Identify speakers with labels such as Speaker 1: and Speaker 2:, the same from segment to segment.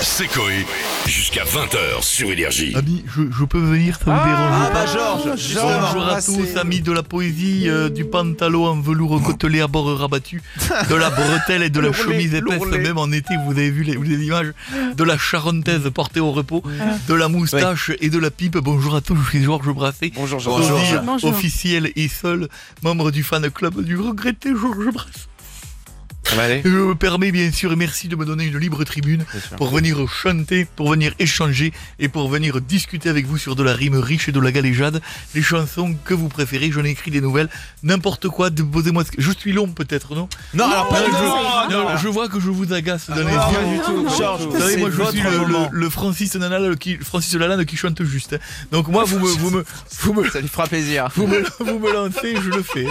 Speaker 1: C'est Coé. Jusqu'à 20h sur Énergie.
Speaker 2: Ami, je, je peux venir, ça vous dérange
Speaker 3: Ah bah Georges, justement.
Speaker 2: Bonjour à tous, amis de la poésie, euh, du pantalon en velours côtelé à bord rabattu, de la bretelle et de la chemise épaisse, même en été, vous avez vu les, les images, de la charentaise portée au repos, de la moustache et de la pipe. Bonjour à tous, je suis Georges Brassé.
Speaker 3: Bonjour
Speaker 2: Sosie
Speaker 3: Georges.
Speaker 2: officiel et seul membre du fan club du regretté Georges Brassé.
Speaker 3: Allez.
Speaker 2: Je me permets bien sûr, et merci de me donner une libre tribune pour venir chanter, pour venir échanger et pour venir discuter avec vous sur de la rime riche et de la galéjade, les chansons que vous préférez. J'en ai écrit des nouvelles, n'importe quoi, de- posez-moi ce que. Je suis long peut-être, non
Speaker 3: Non, alors pas
Speaker 2: Non,
Speaker 3: du tout.
Speaker 2: je, non,
Speaker 3: Non, Ah,
Speaker 2: je vois que je vous agace dans les
Speaker 3: non,
Speaker 2: yeux.
Speaker 3: pas du tout. Georges,
Speaker 2: Vous savez,
Speaker 3: c'est
Speaker 2: moi je
Speaker 3: votre
Speaker 2: suis le, le-
Speaker 3: moment.
Speaker 2: le Francis Lalanne qui, Francis Lalanne qui chante juste. hein. Donc moi, vous me, vous me, vous me,
Speaker 3: Ça lui fera plaisir.
Speaker 2: vous me, vous me lancez, je le fais.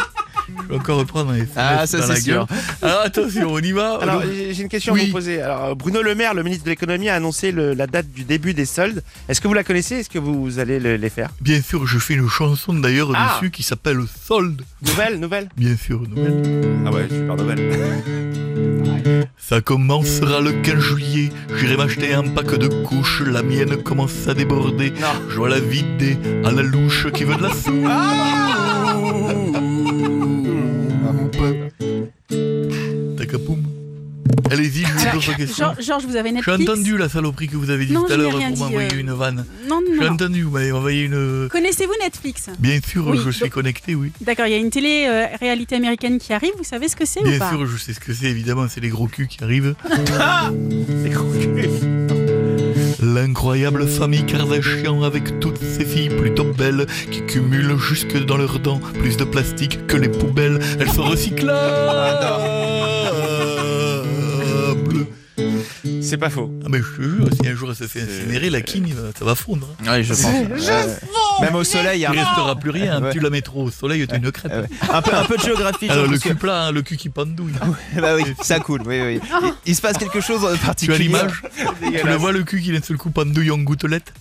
Speaker 2: Je vais encore reprendre les
Speaker 3: Ah, ça,
Speaker 2: dans la
Speaker 3: c'est sûr.
Speaker 2: gueule. Alors attention, on y va.
Speaker 4: Alors,
Speaker 2: Le-
Speaker 3: euh,
Speaker 4: j'ai j'ai une question
Speaker 2: Oui.
Speaker 4: à vous poser. Alors, Bruno Le Maire, le ministre de l'économie, a annoncé le- la date du début des soldes. Est-ce que vous la connaissez Est-ce que vous allez le- les faire
Speaker 2: Bien sûr, je fais une chanson d'ailleurs
Speaker 4: Ah.
Speaker 2: dessus qui s'appelle Solde.
Speaker 4: Nouvelle, nouvelle
Speaker 2: Bien sûr, nouvelle.
Speaker 3: Ah ouais, super nouvelle.
Speaker 2: Ça commencera le 15 juillet. J'irai m'acheter un pack de couches. La mienne commence à déborder.
Speaker 4: Non.
Speaker 2: Je vois la vider à la louche qui veut de la soupe.
Speaker 3: Ah.
Speaker 2: Tacapoum. Allez-y, je vous pose la question.
Speaker 5: Geor- Georges, vous avez
Speaker 2: J'ai
Speaker 5: Ah, Netflix
Speaker 2: entendu la saloperie que vous avez dit
Speaker 5: Non,
Speaker 2: tout à
Speaker 5: je n'ai
Speaker 2: l'heure
Speaker 5: rien
Speaker 2: pour
Speaker 5: dit,
Speaker 2: m'envoyer
Speaker 5: euh.
Speaker 2: une vanne.
Speaker 5: Non, non,
Speaker 2: J'ai
Speaker 5: non.
Speaker 2: entendu, vous m'avez envoyé une.
Speaker 5: Connaissez-vous Netflix
Speaker 2: Bien sûr,
Speaker 5: Oui,
Speaker 2: je suis
Speaker 5: donc-
Speaker 2: connecté, oui.
Speaker 5: D'accord, il y a une télé-réalité américaine qui arrive, vous savez ce que c'est ou
Speaker 2: Bien
Speaker 5: pas
Speaker 2: sûr, je sais ce que c'est, évidemment, c'est les gros culs qui arrivent.
Speaker 4: C'est gros cul.
Speaker 2: L'incroyable famille Kardashian avec toutes ses filles plutôt belles qui cumulent jusque dans leurs dents plus de plastique que les poubelles. Elles sont recyclables.
Speaker 4: C'est pas faux.
Speaker 2: Ah mais je te jure, si un jour elle se fait incinérer, la king, ça va fondre. hein.
Speaker 3: Ouais, je pense. Ouais. Euh, Même au soleil, hein.
Speaker 2: Il restera plus rien,
Speaker 3: Ouais.
Speaker 2: tu la mets trop au soleil, t'as une crêpe.
Speaker 3: Ah ouais. un, peu, un peu de géographie.
Speaker 2: Alors
Speaker 3: Georges,
Speaker 2: le
Speaker 3: parce que-
Speaker 2: cul plat, hein, le cul qui pendouille.
Speaker 3: Bah oui, ça coule. Oui, oui. Il, il se passe quelque chose de
Speaker 2: Tu as
Speaker 3: particulier.
Speaker 2: l'image Tu le vois le cul qui d'un seul coup pendouille en gouttelette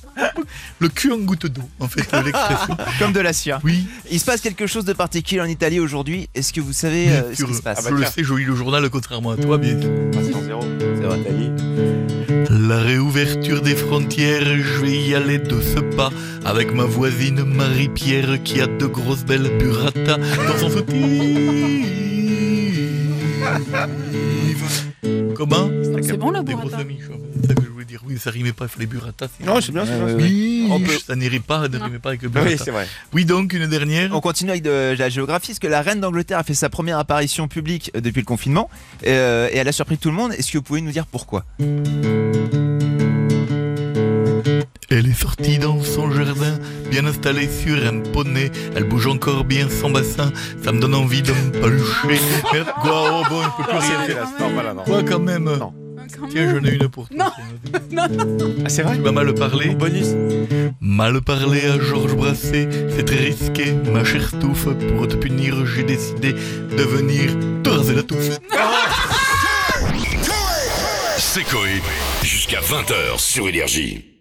Speaker 2: Le cul en goutte d'eau, en fait, l'expression.
Speaker 3: Comme de la cire.
Speaker 2: Oui,
Speaker 3: Il se passe quelque chose de particulier en Italie aujourd'hui. Est-ce que vous savez
Speaker 2: bien
Speaker 3: euh, ce
Speaker 2: sûr. Ah bah
Speaker 3: qui se passe
Speaker 2: je le sais, je lis le journal contrairement à toi, bien sûr.
Speaker 3: Mmh. C'est vrai.
Speaker 2: La réouverture des frontières, je vais y aller de ce pas avec ma voisine Marie-Pierre qui a de grosses belles burrata dans son soutif. Comment
Speaker 5: C'est bon le
Speaker 2: Des
Speaker 5: burrata
Speaker 2: grosses amiches. C'est ça que je voulais dire. Oui, ça rimait pas, il fallait burrata. c'est-
Speaker 4: Non, c'est bien, c'est bien.
Speaker 3: Ouais, ouais, ouais.
Speaker 2: Oui,
Speaker 3: On peut-
Speaker 2: ça n'irait pas, ne
Speaker 5: Non.
Speaker 2: rimait pas avec le
Speaker 4: Oui,
Speaker 2: burrata.
Speaker 4: c'est vrai. Oh.
Speaker 2: Oui, donc une dernière.
Speaker 3: On continue avec de la géographie, parce que la reine d'Angleterre a fait sa première apparition publique euh, depuis le confinement, euh, et elle a surpris tout le monde. Est-ce que vous pouvez nous dire pourquoi
Speaker 2: Elle est sortie dans son jardin, bien installée sur un poney. Elle bouge encore bien son bassin, ça me donne envie de me palucher. Merde, quoi, oh bon, je peux plus
Speaker 5: Ah,
Speaker 2: rien
Speaker 5: c'est
Speaker 2: faire.
Speaker 5: dégueulasse. Non, voilà, non.
Speaker 2: Quoi, quand même
Speaker 4: Non.
Speaker 5: Quand
Speaker 2: Tiens,
Speaker 5: même.
Speaker 2: j'en ai une pour toi.
Speaker 5: Non.
Speaker 2: tiens.
Speaker 4: Ah, c'est vrai
Speaker 2: Tu m'as mal parlé.
Speaker 4: Bonus.
Speaker 2: Mal parler à Georges Brassé, c'est très risqué. Ma chère touffe, pour te punir, j'ai décidé de venir te raser la touffe.
Speaker 1: C'est Coé. Jusqu'à 20h sur Énergie.